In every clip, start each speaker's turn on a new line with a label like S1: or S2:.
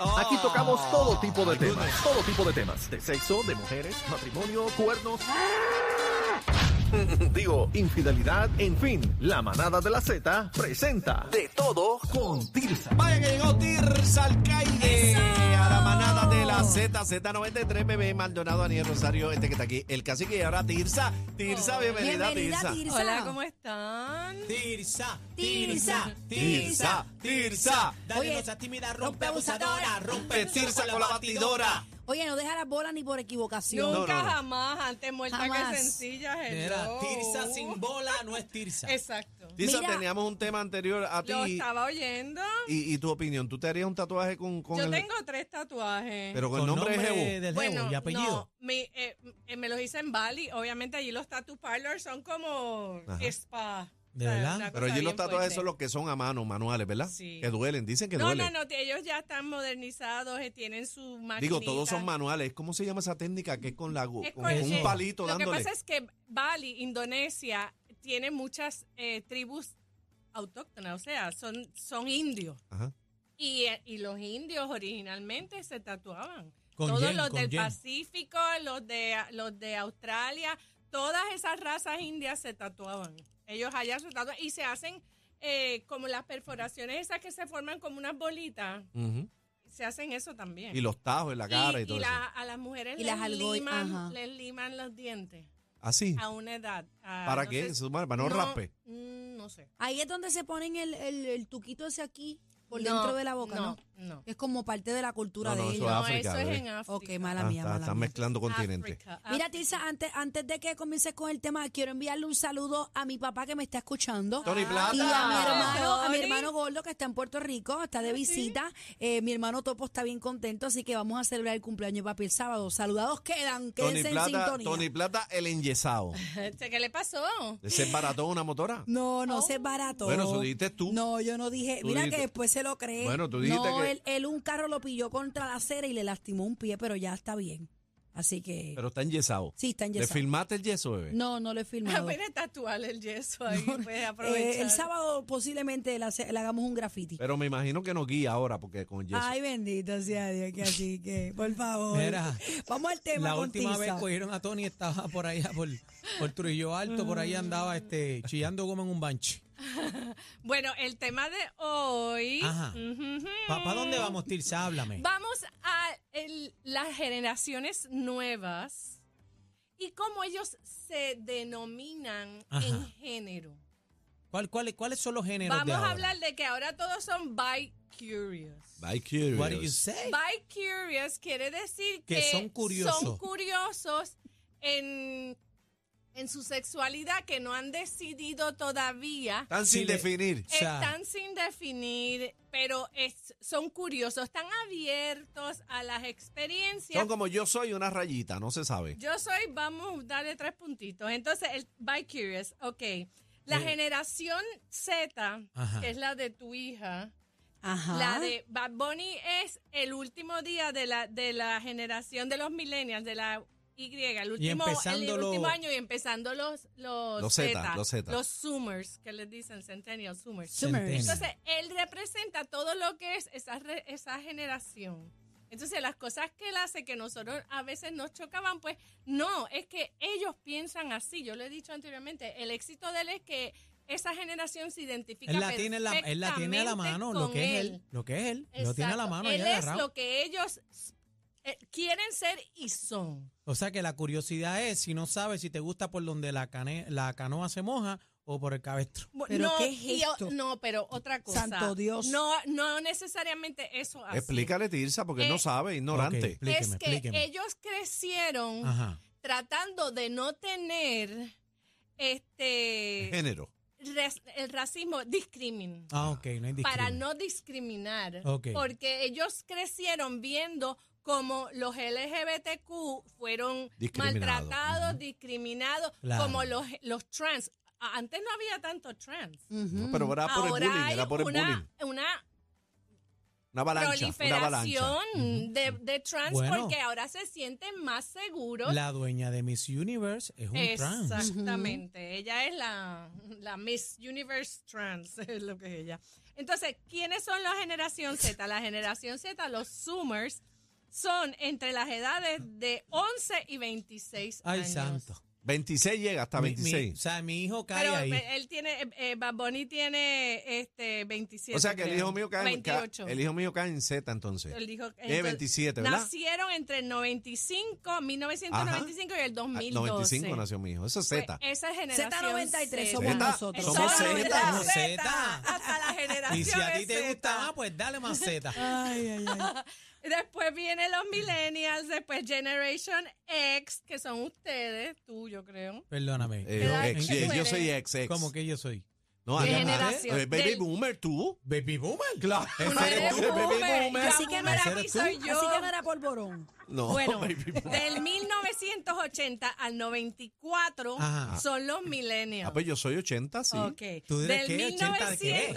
S1: Aquí tocamos todo tipo de temas, todo tipo de temas, de sexo, de mujeres, matrimonio, cuernos,
S2: ¡Ah!
S1: digo, infidelidad, en fin, la manada de la Z presenta de todo con Tirsa.
S3: Vaya que llegó Tirsa Alcaide a la manada de la Z, Z93, bebé Maldonado, Daniel Rosario, este que está aquí, el cacique y ahora Tirsa.
S4: Oh,
S3: Tirsa, bienvenida, Tirsa.
S4: Hola, ¿cómo están?
S3: Tirsa,
S4: Tirsa,
S3: Tirsa, Tirsa.
S4: Oye,
S3: Dale, no seas tímida, rompe
S4: rompe
S3: abusadora,
S4: abusadora,
S3: rompe Tirsa con la batidora.
S5: Oye, no deja las bolas ni por equivocación.
S4: Nunca
S3: no, no.
S4: jamás, antes muerta
S5: Jamás.
S4: que sencilla.
S6: Mira,
S4: hello.
S6: Tirsa sin bola no es Tirsa.
S4: Exacto.
S3: Tirsa,
S5: Mira.
S3: teníamos un tema anterior a
S4: Lo
S3: ti
S4: estaba oyendo.
S3: y, y tu opinión. ¿Tú te harías un tatuaje con, con
S4: Yo
S3: el,
S4: tengo tres tatuajes.
S3: pero con, el nombre, de Jevo?
S6: del
S4: bueno,
S6: jevo y apellido.
S4: no, mi, eh, eh, me los hice en Bali. Obviamente allí los tattoo parlors son como
S3: Ajá.
S4: spa.
S6: ¿De
S4: O sea,
S6: verdad?
S4: una
S3: Pero
S4: cosa
S3: allí los
S4: bien
S3: tatuajes
S4: fuerte.
S3: son los que son a mano, manuales, ¿verdad?
S4: Sí.
S3: Que duelen, dicen que
S4: No,
S3: duelen.
S4: no, no, ellos ya están modernizados, eh, tienen su máquina.
S3: Digo, todos son manuales. ¿Cómo se llama esa técnica que es con la gu-
S4: Es
S3: con,
S4: con-
S3: un
S6: eh,
S3: palito
S4: Lo que
S3: dándole?
S4: pasa es que Bali, Indonesia, tiene muchas eh, tribus autóctonas, o sea, son, son indios.
S3: Ajá.
S4: Y, eh, y los indios originalmente se tatuaban.
S6: Con
S4: Todos
S6: yen,
S4: los
S6: con
S4: del
S6: yen.
S4: Pacífico, los de, los de Australia, todas esas razas indias se tatuaban. Ellos allá se tatuaban y se hacen eh, como las perforaciones esas que se forman como unas bolitas.
S3: Ujú.
S4: Se hacen eso también.
S3: Y los tajos en la cara y,
S4: Y-
S3: todo
S4: y
S3: eso.
S4: la- a las mujeres
S5: Y
S4: les,
S5: las algo-
S4: liman,
S5: ajá.
S4: les liman los dientes
S3: ¿Así?
S4: a una edad. a-
S3: ¿Para
S4: no
S3: qué?
S4: sé,
S3: Su madre, ¿Para no, rape?
S4: mm, No sé.
S5: Ahí es donde se ponen el, el- el tuquito ese aquí, por dentro de la boca, ¿no?
S4: No,
S5: Es como parte de la cultura
S3: No, no,
S5: de
S3: eso
S5: ellos.
S3: es
S4: No,
S3: África,
S4: eso
S3: bebé.
S4: es en África. Ah,
S5: Ok, mala
S3: Ah,
S5: mía,
S3: está-
S5: mala
S3: Estás
S5: mía.
S3: mezclando continentes.
S4: África,
S5: Mira,
S4: África.
S5: Tirsa, antes, antes de que comiences con el tema, quiero enviarle un saludo a mi papá que me está escuchando.
S3: Tony Plata.
S5: Y a mi hermano, a mi
S4: Tony.
S5: hermano Gordo que está en Puerto Rico, está de visita. Eh, mi hermano Topo está bien contento, así que vamos a celebrar el cumpleaños de papi el sábado. Saludados
S3: Tony
S5: quedan, quédense en
S3: Plata,
S5: sintonía.
S3: Tony Plata, el enyesado.
S4: Este, ¿Qué le pasó?
S3: ¿Ese es baratón una motora?
S5: No, no, ese es barato.
S3: Bueno, eso dijiste tú.
S5: No, yo no dije.
S3: Tú
S5: mira
S3: dijiste-
S5: que después se lo cree.
S3: Bueno, tú dijiste
S5: no,
S3: que-
S5: Él, él un carro lo pilló contra la acera y le lastimó un pie, pero ya está bien. Así que.
S3: Pero está enyesado.
S5: sí, está
S3: ¿Le
S5: enyesado.
S3: filmaste el yeso, bebé?
S5: No, no lo he filmado.
S4: Apenas tatuar el yeso ahí, puedes aprovechar.
S5: Eh, el sábado posiblemente le, hace- le hagamos un graffiti.
S3: Pero me imagino que no guía ahora porque con yeso.
S5: Ay, bendito sea Dios, que así que, por favor.
S6: Mira,
S5: Vamos al tema
S6: la
S5: con
S6: última vez
S5: Tirsa.
S6: cogieron a Tony estaba por allá por, por Trujillo Alto, por ahí andaba este chillando goma en un banche.
S4: Bueno, el tema de hoy.
S6: Ajá.
S4: Ujú, ujú.
S6: ¿Para dónde vamos, Tirsa? Háblame.
S4: Vamos a el- las generaciones nuevas y cómo ellos se denominan en
S6: Ajá.
S4: género.
S6: ¿Cuál, cuál, ¿Cuáles son los géneros
S4: Vamos
S6: de ahora?
S4: a hablar de que ahora todos son bi-curious.
S3: By
S6: What do you
S3: curious.
S6: say?
S4: Bi-curious quiere decir que,
S6: Que son curiosos.
S4: son curiosos en, en su sexualidad, que no han decidido todavía.
S3: Están
S6: Sí,
S3: sin
S6: le-
S3: definir.
S6: O sea-
S4: están sin definir, pero es- son curiosos, están abiertos a las experiencias.
S3: Son como yo soy una rayita, no se sabe.
S4: Yo soy, vamos, darle tres puntitos. Entonces, el by curious, ok. La
S6: Eh.
S4: generación Z,
S6: Ajá.
S4: que es la de tu hija,
S5: Ajá.
S4: la de Bad Bunny es el último día de la, de la generación de los millennials, de la Y, el último, el,
S6: empezando
S4: último
S6: los-
S4: año y empezando los, los,
S3: Los Zeta, los Zeta.
S4: los Zoomers, que les dicen Centennial Zoomers.
S6: Centennial.
S4: Entonces, él representa todo lo que es esa, re- esa generación. Entonces, las cosas que él hace que nosotros a veces nos chocaban, pues no, es que ellos piensan así. Yo lo he dicho anteriormente, el éxito de él es que esa generación se identifica
S6: él la tiene en la, él la tiene a la
S4: perfectamente
S6: mano, lo
S4: con
S6: que es él, lo que es él, lo tiene a la
S4: Exacto.
S6: mano
S4: Él
S6: ya
S4: es
S6: agarrado.
S4: lo que ellos eh, quieren ser y son.
S6: O sea que la curiosidad es si no sabes si te gusta por donde la, cane- la canoa se moja o por el cabestro.
S4: Bu-
S5: ¿Pero
S4: no,
S5: qué es
S4: y o-
S5: esto?
S4: no, pero otra cosa.
S5: Santo Dios.
S4: No, no necesariamente eso así.
S3: Explícale, Tirsa, porque él no
S4: Ah, Eh,
S3: sabe,
S6: Ok,
S3: ignorante.
S6: explíqueme,
S4: es que
S6: explíqueme.
S4: ellos crecieron
S6: Ajá.
S4: tratando de no tener este
S3: Género.
S4: res- el racismo discrimin
S6: Ah, ok, no hay
S4: para
S6: discrimen.
S4: no discriminar
S6: Ok.
S4: porque ellos crecieron viendo como los LGBTQ fueron
S3: Discriminados.
S4: maltratados, discriminados,
S6: Claro.
S4: como los, los trans. A- Antes no había tanto trans.
S3: No, pero era por el
S4: Ahora
S3: bullying,
S4: hay
S3: era por el bullying.
S4: una, una
S3: Una avalancha, una avalancha.
S4: proliferación de, de trans
S6: Bueno.
S4: porque ahora se sienten más seguros.
S6: La dueña de Miss Universe es un trans.
S4: Exactamente. Ella es la, la Miss Universe Trans, es lo que es ella. Entonces, ¿quiénes son la generación Z? La generación Z, los Zoomers, son entre las edades de 11 y 26
S6: Ay,
S4: años.
S6: santo.
S3: 26 llega hasta
S6: Mi- mi-
S3: 26.
S6: o sea, mi hijo cae
S4: Pero
S6: ahí.
S4: ve- él tiene, eh, eh, Bad Bunny tiene este, 27.
S3: o sea que el
S4: creo.
S3: hijo mío cae en, ca-
S4: 28.
S3: el hijo mío cae en Z entonces.
S4: Él dijo-
S3: Eh, 27, ¿verdad?
S4: Nacieron entre el 95, 1995 y el
S3: Ah,
S4: 2012.
S3: 95 nació mi hijo. Eso es
S4: Pues,
S3: Z.
S4: esa es generación
S5: Z93
S4: Z.
S5: somos
S3: Zeta,
S5: nosotros.
S3: somos
S4: Somos
S3: Zeta.
S4: la
S3: Somos
S6: Zeta.
S4: Hasta la generación
S6: Y si a ti
S4: es
S6: te gusta
S4: Zeta.
S6: más, pues dale más Z.
S4: Ah.
S6: Ay, ay, ay.
S4: Después vienen los millennials, después Generation X, que son ustedes, tú yo creo.
S6: Perdóname.
S3: Eh,
S4: edad
S3: ex,
S4: que
S3: yo-
S4: tú
S3: yo
S4: eres?
S3: soy ex, ex.
S6: ¿Cómo que yo soy?
S3: No,
S4: ¿Qué
S3: además-
S4: generación?
S3: Eh, baby
S4: Del-
S3: boomer, tú.
S6: Baby boomer.
S3: Claro.
S4: Uno eres
S3: Baby
S4: boomer,
S3: boomer.
S4: yo
S5: Así que no
S4: boomer
S5: era-
S4: aquí
S6: ¿Eres tú? Oh,
S4: soy yo.
S5: Así que no era polvorón.
S3: No,
S4: Bueno,
S3: baby boomer.
S4: del 1980 al 94
S6: Ajá.
S4: son los
S3: Ah,
S4: millennials.
S3: pues yo soy 80, sí.
S4: Ok.
S6: ¿Tú de
S4: Del
S6: qué? ¿80 de qué?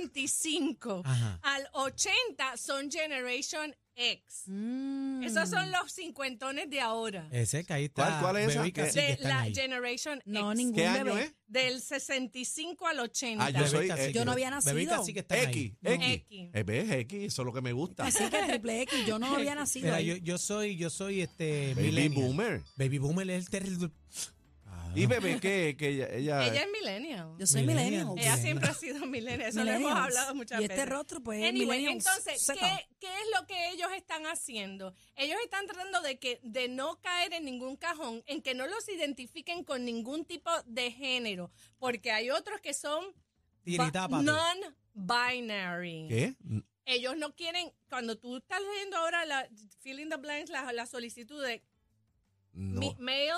S4: 1965
S6: Ajá.
S4: al 80 son Generation X.
S5: Mm.
S4: Esos son los cincuentones de ahora.
S6: Ese que ahí está.
S3: ¿Cuál- cuál es esa?
S6: Baby
S3: Que-
S6: Cacique,
S4: de
S6: están
S4: la
S6: ahí.
S4: Generation
S5: No,
S4: X.
S5: ningún
S3: ¿Qué año
S5: bebé.
S3: es?
S4: Del 65 al 80.
S3: Ah, yo soy-
S6: Bebé Cacique.
S3: Yo no
S5: había
S6: Bebé
S5: nacido.
S6: Cacique está
S3: X,
S6: ahí.
S3: X.
S4: X.
S3: Eh, ¿Ves? X, eso es lo que me gusta.
S5: Así que triple X, yo no había nacido.
S6: Mira,
S5: ahí.
S6: yo, yo soy, yo soy este.
S3: Baby
S6: millennial.
S3: boomer.
S6: Baby boomer es el terrible.
S3: Y bebé, que, que ella, ella-
S4: Ella es millennial.
S5: Yo soy
S6: Millennial.
S5: millennial.
S4: Ella
S6: Millennial.
S4: siempre ha sido millennial. Eso lo hemos
S5: Millennials.
S4: hablado muchas
S5: Y
S4: veces.
S5: este rostro, pues,
S4: Anyway,
S5: millennials
S4: entonces,
S5: seca.
S4: ¿qué, ¿qué es lo que ellos están haciendo? Ellos están tratando de que de no caer en ningún cajón, en que no los identifiquen con ningún tipo de género, porque hay otros que son ba-
S6: Tiritapa.
S4: non-binary.
S3: ¿Qué?
S4: ellos no quieren, cuando tú estás leyendo ahora la fill in the blanks, la, la solicitud de
S3: No,
S4: mi- male,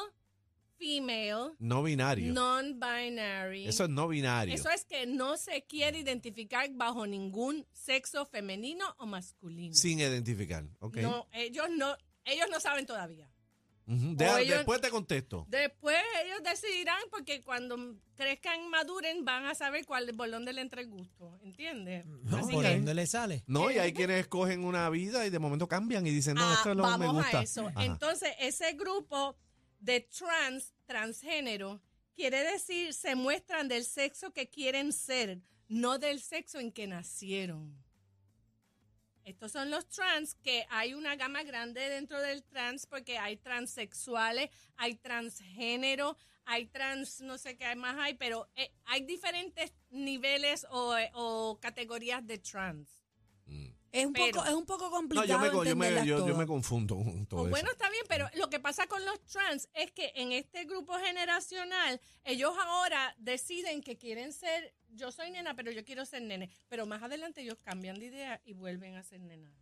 S4: female,
S3: no binario.
S4: non-binary.
S3: Eso es no binario.
S4: Eso es que no se quiere identificar bajo ningún sexo femenino o masculino.
S3: Sin identificar. ok.
S4: No, ellos no, ellos no saben todavía.
S3: Ujú, deja-
S4: o ellos-
S3: después te contesto.
S4: Después ellos decidirán porque cuando crezcan y maduren van a saber cuál por dónde le entra el gusto, ¿entiendes?
S6: No,
S4: Así
S6: por
S4: que-
S6: dónde le sale.
S3: No,
S4: Eh,
S3: y hay quienes escogen una vida y de momento cambian y dicen, no,
S4: Ah,
S3: esto es lo que me
S4: vamos
S3: gusta.
S4: a eso.
S3: Ajá.
S4: Entonces, ese grupo de trans, transgénero, quiere decir, se muestran del sexo que quieren ser, no del sexo en que nacieron. Estos son los trans, que hay una gama grande dentro del trans, porque hay transexuales, hay transgénero, hay trans, no sé qué más hay, pero eh, hay diferentes niveles o, eh, o categorías de trans.
S3: Mm.
S5: es, un
S4: pero-
S5: poco, es un poco
S3: No,
S5: complicado
S3: yo me, co- yo, me,
S5: entenderlas
S3: yo- yo me
S5: todas.
S3: confundo con todo
S4: Pues bueno,
S3: eso.
S4: está bien, pero lo que pasa con los trans es que en este grupo generacional, ellos ahora deciden que quieren ser, yo soy nena, pero yo quiero ser nene. Pero más adelante ellos cambian de idea y vuelven a ser nena.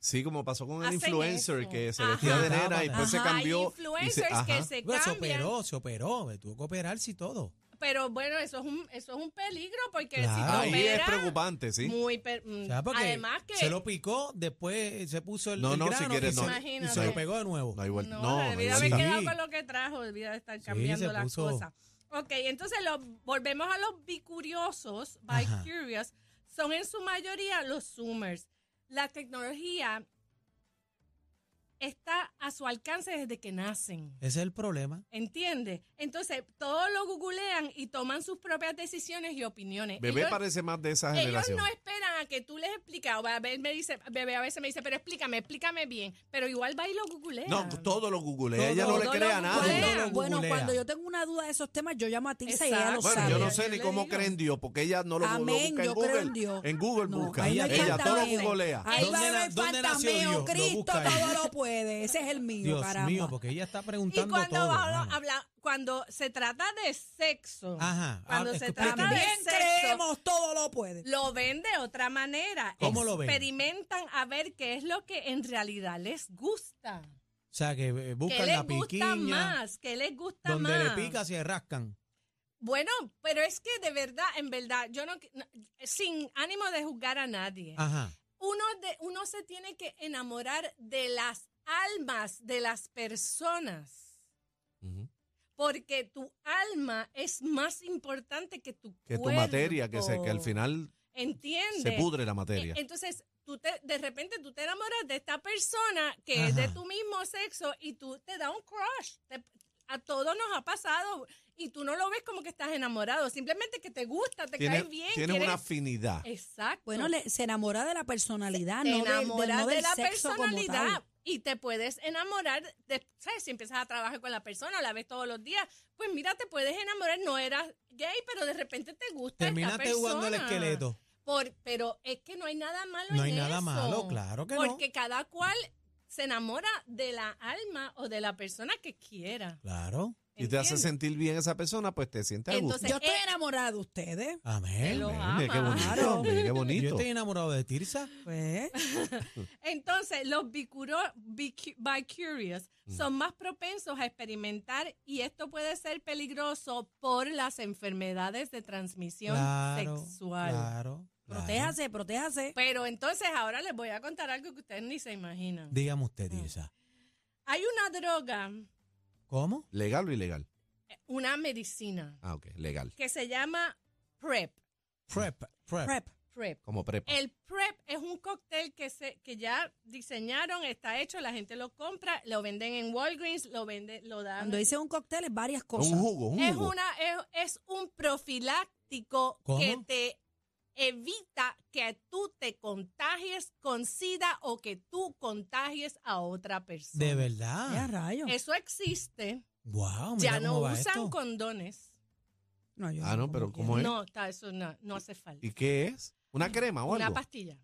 S3: Sí, como pasó con el
S4: Hacen
S3: influencer
S4: eso.
S3: que se
S4: Ajá.
S3: vestía de nena y
S6: Ajá.
S3: después se
S4: Hay
S3: cambió. y se-
S4: influencers que
S3: ajá.
S4: se
S6: Bueno, Pues, se
S4: cambian.
S6: operó, se operó. me Tuvo que operarse y todo.
S4: Pero bueno, eso es un, eso es un peligro porque
S6: Claro.
S4: si
S3: Ahí
S4: te
S3: es
S4: operan,
S3: preocupante, sí.
S4: muy per- mm,
S6: O sea, porque
S4: además que
S6: se lo picó, después eh, se puso el,
S3: No,
S6: el
S3: no, si
S6: grano
S3: quieres,
S6: y,
S3: no.
S6: se, y se
S4: Imagínate.
S6: lo pegó de nuevo.
S3: No hay vuelta.
S4: No,
S3: No, no hay
S4: debía
S3: vuelta.
S4: haber
S6: vuelta.
S4: quedado
S6: Sí.
S4: con lo que trajo, debía de estar
S6: Sí,
S4: cambiando
S6: se
S4: las
S6: puso-
S4: cosas. Ok, entonces los, volvemos a los bicuriosos,
S6: Ajá.
S4: bicurious, son en su mayoría los zoomers. La tecnología está a a su alcance desde que nacen.
S6: Ese es el problema.
S4: ¿Entiendes? Entonces, todos lo googlean y toman sus propias decisiones y opiniones.
S3: Bebé
S4: Ellos-
S3: parece más de esa
S4: ellos
S3: generación.
S4: no esperan a que tú les expliques. O a ver, me dice, bebé a veces me dice, pero explícame, explícame bien. Pero igual va y lo googlea.
S3: No, todo lo googlea. Ella no
S6: Todo
S3: le
S4: lo
S3: cree a nadie.
S4: googlea.
S6: Todo lo
S5: Bueno,
S6: googlea.
S5: cuando yo tengo una duda de esos temas, yo llamo a Tirsa y ella lo
S4: Exacto.
S3: Bueno, yo
S5: sabe.
S3: no
S4: Yo
S3: sé ni
S4: le
S3: cómo
S4: digo.
S3: cree en Dios, porque ella no lo, lo
S5: Amén,
S3: busca en
S5: yo
S3: Google.
S5: creo en Dios.
S3: Google
S5: No,
S3: busca.
S5: ahí no
S3: Ella,
S5: hay
S3: todo lo
S5: fantasmeo.
S3: googlea.
S5: Ahí va a
S6: ¿Dónde na-
S5: haber
S6: dónde nació
S5: fantasmeo,
S6: Dios? Lo
S5: Cristo
S6: busca
S5: todo
S6: ahí.
S5: lo puede. Ese es el mío,
S6: Dios
S5: caramba.
S6: mío, porque ella está
S4: Y
S6: preguntando
S4: cuando,
S6: todo.
S4: habla-
S6: mano.
S4: habla- cuando se trata de sexo,
S6: Ajá.
S4: cuando
S6: Ah,
S4: se
S6: explíqueme.
S4: trata de
S5: También
S4: sexo,
S5: creemos todo lo puede.
S4: lo ven de otra manera.
S6: ¿Cómo lo ven?
S4: Experimentan a ver qué es lo que en realidad les gusta.
S6: O sea, que eh,
S4: ¿Qué
S6: buscan
S4: les
S6: la
S4: gusta
S6: piquiña.
S4: más? ¿Qué les gusta
S6: Donde
S4: más?
S6: le pica se rascan.
S4: Bueno, pero es que de verdad, en verdad, yo no, no- sin ánimo de juzgar a nadie.
S6: Ajá.
S4: Uno de uno se tiene que enamorar de las almas de las personas,
S3: Ujú.
S4: porque tu alma es más importante que tu
S3: Que tu
S4: cuerpo.
S3: materia, que, se, que al final
S4: ¿Entiendes?
S3: se pudre la
S4: E-
S3: materia.
S4: Entonces, tú te, de repente tú te enamoras de esta persona que es de
S6: Ajá.
S4: tu mismo sexo y tú te da un crush. Te- a todos nos ha pasado y tú no lo ves como que estás enamorado, simplemente que te gusta, te
S3: Tiene-
S4: cae bien.
S3: Tienes
S4: quieres-
S3: una afinidad.
S4: Exacto.
S5: Bueno, le- se enamora de la personalidad,
S4: te
S5: Ah, no del- del,
S4: enamoras
S5: no del
S4: de la
S5: sexo como
S4: personalidad
S5: tal.
S4: y te puedes enamorar, de, ¿sabes? Si empiezas a trabajar con la persona, la ves todos los días, pues mira, te puedes enamorar, no eras gay, pero de repente te gusta esta
S6: Terminaste
S4: persona.
S6: jugando el esqueleto.
S4: Por- pero es que no hay nada malo
S6: No
S4: en
S6: hay
S4: eso.
S6: nada malo, claro que no.
S4: Porque cada cual se enamora de la alma o de la persona que quiera.
S6: Claro.
S3: Y te hace
S4: ¿entiendes?
S3: sentir bien esa persona, pues te sientes a gusto.
S4: Entonces,
S5: Yo estoy
S4: eh,
S5: enamorada de ustedes.
S6: Amén.
S4: lo-
S3: Ven, mira qué
S4: ama.
S3: bonito,
S5: Claro.
S3: mira qué
S6: Yo
S3: bonito.
S6: estoy enamorado de Tirsa.
S5: Pues,
S4: Entonces, los bicuro- bicu- bicurious
S6: Mm.
S4: son más propensos a experimentar y esto puede ser peligroso por las enfermedades de transmisión
S6: Claro.
S4: sexual.
S6: Claro. claro.
S5: protéjase, protéjase.
S4: Pero entonces ahora les voy a contar algo que ustedes ni se imaginan.
S6: Dígame usted, Tirsa.
S4: Hay una droga,
S6: ¿Cómo?
S3: ¿Legal o ilegal?
S4: eh, una medicina
S3: Ah, ok, legal.
S4: que se llama PrEP.
S6: Prep. Prep.
S4: Pues,
S5: Prep.
S4: PrEP.
S3: Como prepa.
S4: El PrEP es un cóctel que, se, que ya diseñaron, está hecho, la gente lo compra, lo venden en Walgreens, lo vende, lo dan.
S5: Cuando dice un cóctel es varias cosas.
S3: Un jugo, un
S4: es,
S3: jugo.
S4: una, es, es un profiláctico
S6: ¿Cómo?
S4: que te evita que tú te contagies con SIDA o que tú contagies a otra persona.
S6: De
S5: Ah, Ya
S6: verdad.
S5: rayos.
S4: Eso existe,
S6: Wow, mira
S4: ya no
S6: cómo va
S4: usan
S6: esto.
S4: condones.
S5: No, yo
S3: Ah, no, pero
S5: quiera.
S3: ¿cómo es?
S4: No, está, eso no, no hace falta.
S3: ¿Y qué es? ¿Una crema o
S4: Una
S3: algo?
S4: pastilla.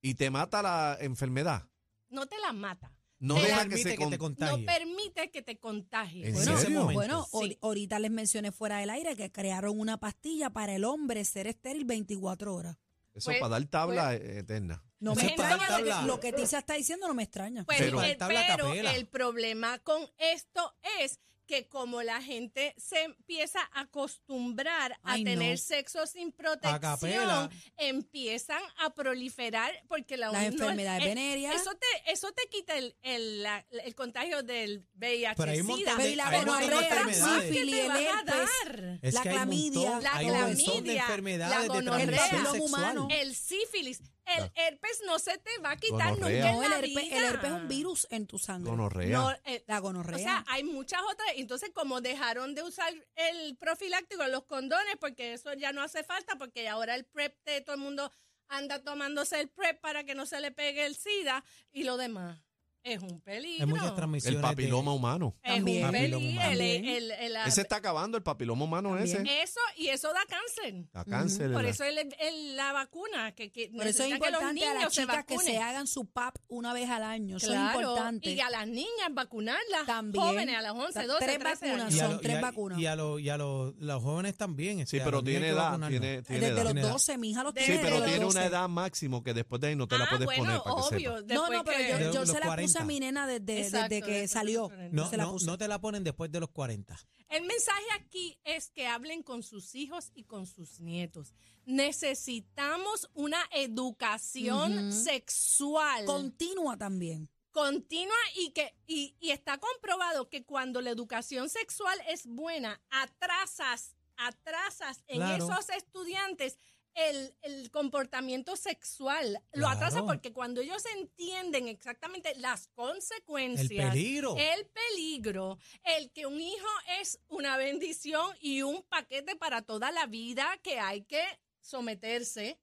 S3: Y te mata la enfermedad.
S4: No te la mata.
S3: No
S4: Te
S3: deja
S4: la-
S3: que se
S6: Permite que te
S3: con-
S6: contagie.
S4: No permite que te contagies.
S3: ¿En
S5: Bueno,
S3: serio?
S5: Bueno,
S4: Sí.
S5: ahori- ahorita les mencioné fuera del aire que crearon una pastilla para el hombre ser estéril 24 horas.
S3: Eso
S4: Pues-
S3: para dar tabla eterna.
S5: No
S6: Eso
S5: me
S6: es para
S5: extraña lo
S6: tabla.
S5: que, lo que Tisa está diciendo, no me extraña.
S4: Pues,
S3: Pero-
S4: el,
S6: Tabla
S4: pero
S6: capela.
S4: el problema con esto es que como la gente se empieza a acostumbrar a
S5: Ay, no.
S4: tener sexo sin protección,
S6: capela.
S4: empiezan a proliferar porque la
S5: Las
S4: no-
S5: enfermedades
S4: eh,
S5: venéreas.
S4: Eso te, eso te quita el, el, la- el contagio del VIH.
S6: Pero hay un montón
S4: SIDA.
S6: de-
S5: Pero y la
S6: hay un montón de
S5: gonorrea,
S6: enfermedades.
S4: ¿Qué
S5: sífilis,
S4: te
S5: el
S4: vas a
S5: herpes,
S4: dar?
S6: Es
S5: La
S6: que hay un montón-
S5: clamidia,
S4: la
S6: hay un montón de
S4: clamidia, la
S6: enfermedades de
S4: gonorrea,
S6: transmisión
S5: el
S6: sexual.
S5: humano.
S4: El sífilis, el herpes no se te va a quitar
S3: Gonorrea.
S4: nunca
S5: No,
S4: en
S5: el
S4: la
S5: herpes, el
S4: vida.
S5: herpes es un virus en tu sangre.
S3: Gonorrea.
S4: No, eh, el-
S5: La
S4: O
S5: gonorrea.
S4: sea, hay muchas otras. Entonces, como dejaron de usar el profiláctico, los condones, porque eso ya no hace falta, porque ahora el PrEP, de todo el mundo anda tomándose el PrEP para que no se le pegue el SIDA y lo demás. Es un peligro.
S6: Hay muchas
S3: el
S6: transmisiones. de-
S3: papiloma humano.
S4: es
S5: También.
S4: un peligro.
S6: Papiloma
S4: El-
S5: humano.
S4: el- el- la-
S3: Ese está acabando, el papiloma humano
S5: También.
S3: ese.
S4: eso y eso da cáncer.
S3: La cáncer.
S4: Por
S3: la-
S4: eso el- el- la vacuna, que, que
S5: Por eso es
S4: necesita que los
S5: importante a
S4: niños
S5: las
S4: se
S5: chicas que
S4: vacunen.
S5: se hagan su PAP una vez al año. eso es
S4: Claro,
S5: importante.
S4: y a las niñas vacunarlas
S5: También.
S4: jóvenes a las 11, 12,
S5: Tres
S4: 13
S5: vacunas
S4: años.
S6: Y a
S5: Son
S6: lo-
S5: tres
S6: y a-
S5: vacunas.
S6: Y a, lo- y a lo- los jóvenes también. este,
S3: Sí,
S6: a
S3: pero
S6: los niños
S3: tiene
S6: hay que
S3: edad.
S6: vacunarnos.
S3: Tiene, tiene
S5: Desde
S3: edad.
S5: los
S6: Tiene edad.
S5: 12, mi hija los
S4: Sí,
S5: tiene
S3: Sí,
S5: desde
S3: pero
S5: los
S3: tiene
S5: 12.
S3: una edad máximo que después de ahí no te la
S4: Ah,
S3: puedes
S4: bueno,
S3: poner para que
S4: obvio,
S3: sepa.
S5: No,
S4: después
S5: no, pero
S4: que-
S5: yo, yo
S6: Desde
S5: se
S6: los
S5: la puse a
S6: 40.
S5: mi nena desde,
S4: Exacto,
S5: desde que
S4: después
S5: salió.
S4: de los
S6: No,
S5: se la
S6: no,
S5: puse.
S6: no te la ponen después de los 40.
S4: El mensaje aquí es que hablen con sus hijos y con sus nietos. Necesitamos una educación sexual
S5: Continúa también.
S4: continua y que y, y está comprobado que cuando la educación sexual es buena, atrasas, atrasas en
S6: Claro.
S4: esos estudiantes el, el comportamiento sexual. Lo
S6: Claro.
S4: atrasa porque cuando ellos entienden exactamente las consecuencias.
S6: El peligro.
S4: El peligro, el que un hijo es una bendición y un paquete para toda la vida que hay que someterse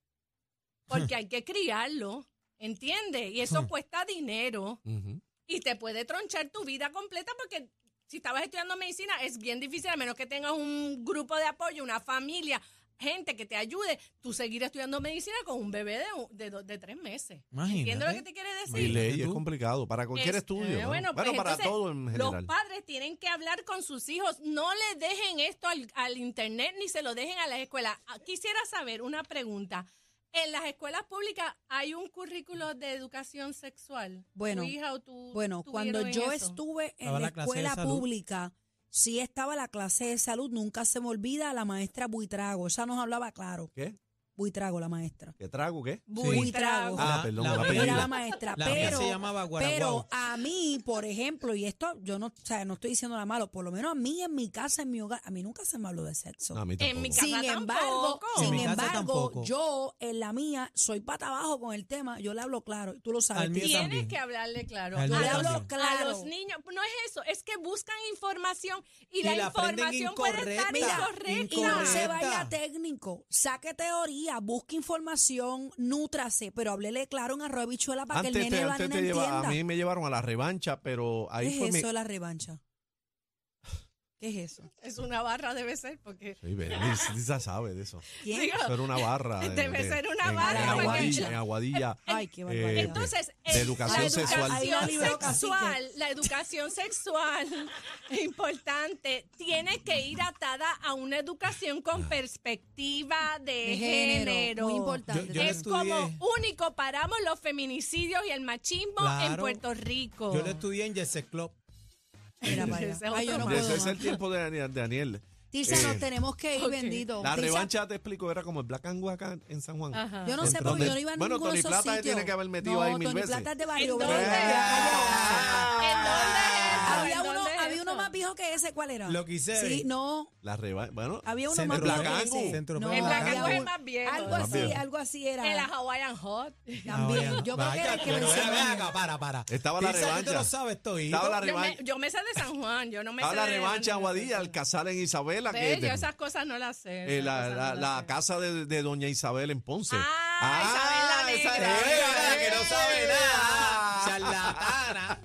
S4: porque hay que criarlo, ¿entiendes? Y
S6: Hmm.
S4: eso cuesta dinero
S3: Ujú.
S4: y te puede tronchar tu vida completa porque si estabas estudiando medicina es bien difícil, a menos que tengas un grupo de apoyo, una familia, gente que te ayude, tú seguir estudiando medicina con un bebé de, un- de, do- de tres meses. ¿Entiendes lo que
S6: Imagínate.
S4: te quiere
S3: Mi
S4: decir?
S3: ley
S6: Fíjate
S3: es
S6: tú.
S3: complicado para cualquier
S4: Es-
S3: estudio.
S4: eh,
S3: ¿no?
S4: bueno, pues
S3: para
S4: entonces,
S3: todo en
S4: Los
S3: general.
S4: padres tienen que hablar con sus hijos. No le dejen esto al, al internet ni se lo dejen a las escuelas. Ah, Quisiera saber una pregunta. ¿En las escuelas públicas hay un currículo de educación sexual?
S5: Bueno,
S4: ¿Tu hija o tu-
S5: Bueno,
S4: tuvieron
S5: cuando yo
S4: eso?
S5: estuve
S6: Estaba
S5: en
S6: la
S5: la,
S6: clase de
S5: escuela
S6: salud.
S5: pública, sí estaba la clase de salud, nunca se me olvida la maestra Buitrago, esa nos hablaba claro.
S3: ¿Qué?
S5: Buitrago, la maestra.
S3: ¿Qué trago? ¿Qué?
S5: Buitrago.
S3: Ah, perdón, la
S6: mía-
S5: Era
S3: apellida.
S5: la maestra,
S6: La mía
S5: pero,
S6: se llamaba Guaraguao.
S5: pero a mí, por ejemplo, y esto yo no, o sea, no estoy diciendo nada malo, por lo menos a mí en mi casa, en mi hogar, a mí nunca se me habló de sexo.
S3: No, a mí
S4: En mi
S3: tampoco.
S4: casa
S5: Sin embargo,
S4: tampoco.
S6: En
S5: sin
S6: mi casa
S5: embargo,
S6: tampoco.
S5: yo en la mía soy pata abajo con el tema, yo le hablo claro, tú lo sabes.
S6: Al
S5: tú
S6: mío
S4: Tienes
S6: también.
S4: que hablarle claro.
S6: Al
S4: a,
S6: mío
S4: los,
S6: también.
S4: a
S5: Claro.
S4: los niños. No es eso, es que buscan información y,
S6: Y
S4: la,
S6: la aprenden
S4: información puede estar
S6: incorrecta.
S4: incorrecta.
S5: Y no se
S6: Correcta.
S5: vaya técnico, saque teoría, busque información, nútrase, pero háblele claro en arroba bichuela para que
S3: Antes,
S5: el
S3: te,
S5: nene o la
S3: antes
S5: nena
S3: te lleva-
S5: entienda.
S3: a mí me llevaron a la revancha, pero ahí
S5: ¿Qué
S3: fue
S5: es
S3: mi-
S5: eso de la revancha? ¿Qué es eso?
S4: Es una barra, debe ser, porque
S3: Sí, ve, Liz- Lisa sabe de eso.
S5: ¿Quién?
S4: Digo,
S3: Eso era una barra. de-
S4: Debe
S3: de-
S4: ser una
S3: en-
S4: barra,
S3: En
S5: porque-
S3: Aguadilla. En Aguadilla.
S5: Ay, qué
S3: Eh,
S5: barbaridad.
S4: Entonces,
S3: De
S4: el-
S3: educación
S4: la
S3: sexual.
S4: educación
S5: Ahí la libró
S4: sexual, la educación sexual importante tiene que ir atada a una educación
S3: Ah.
S4: con perspectiva de,
S5: De
S4: género.
S5: Muy importante.
S6: Yo- yo-
S4: es
S6: estudié-
S4: como único paramos los feminicidios y el machismo en
S6: Claro.
S4: Puerto Rico.
S5: Oh.
S6: Yo lo estudié en Jesse Club.
S5: Mira para allá.
S4: Ese es
S5: Ay, yo no
S4: otro mundo.
S5: puedo
S3: Ese es
S5: más.
S3: el tiempo de Daniel. de Daniel.
S5: Tirsa,
S3: Eh,
S5: nos tenemos que ir,
S4: ok.
S5: bendito.
S3: La
S5: Tirsa,
S3: revancha, te explico, era como el Black and White acá en San Juan.
S4: Ajá.
S5: Yo no sé por
S3: Entonces,
S5: qué yo no iba a
S3: bueno,
S5: ninguno
S3: Tony
S5: de esos
S3: Plata se
S5: sitios.
S3: tiene que haber metido
S5: no,
S3: ahí mil
S5: Tony
S3: veces.
S5: Plata es de Barrio
S4: ¿En dónde?
S5: Bravo.
S3: Ah.
S4: ¿En dónde es eso?
S5: Había
S4: ¿En
S5: uno,
S4: dónde es
S5: había uno
S4: eso?
S5: más viejo que ese, ¿cuál era?
S6: Lo quise
S5: Sí,
S6: ver.
S5: no,
S3: La revancha. Bueno,
S5: había uno
S6: Centro
S5: más viejo
S3: Placangu.
S5: que ese.
S6: Centro
S5: No,
S6: Placangu.
S4: El Black and
S5: había
S4: White
S5: uno-
S4: más viejo.
S5: Algo
S3: Más
S5: así,
S3: viejo.
S5: algo así
S4: En la
S5: era.
S4: Hawaiian Hot.
S5: También. Yo creo que era el que
S6: Ah, Pero
S5: venció.
S6: ve acá, para, para.
S3: Estaba la
S6: Piensa que tú
S3: revancha.
S6: no sabes, Toito.
S3: Estaba la
S4: Yo me,
S3: revancha.
S4: yo me sé de San Juan, yo no me
S3: Estaba
S4: sé
S3: la
S4: de-
S3: revancha Aguadilla, Alcazar en Isabela.
S4: Ve,
S3: que
S4: yo
S3: de-
S4: esas cosas no las sé.
S3: eh,
S4: esas
S3: la,
S4: cosas
S3: la-
S4: no las
S3: la
S4: sé.
S3: casa de, de Doña Isabel en Ponce.
S4: Ah, Isabel la
S3: esa
S4: Negra. Ah.
S3: negra, la
S6: Charlatana.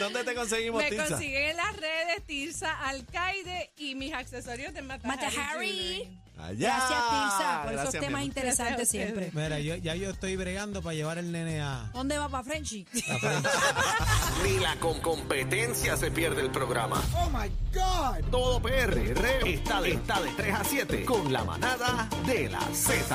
S3: ¿Dónde te conseguimos,
S4: Me
S3: Tirsa?
S4: consigue en las redes Tirsa Alcaide y mis accesorios de Mata,
S5: Mata Hari.
S4: Jewelry.
S3: Allá.
S5: Gracias, Tirsa, por
S3: Ah, Gracias,
S5: esos
S3: mi amor.
S5: temas
S4: Gracias a
S5: interesantes
S4: ustedes.
S5: siempre.
S6: Mira, yo, ya yo estoy bregando para llevar el nene a...
S5: ¿Dónde va para Frenchy?
S2: Ni la con competencia se pierde el programa. Oh my God. Todo PR está de, está de 3 a 7 con la manada de la Z.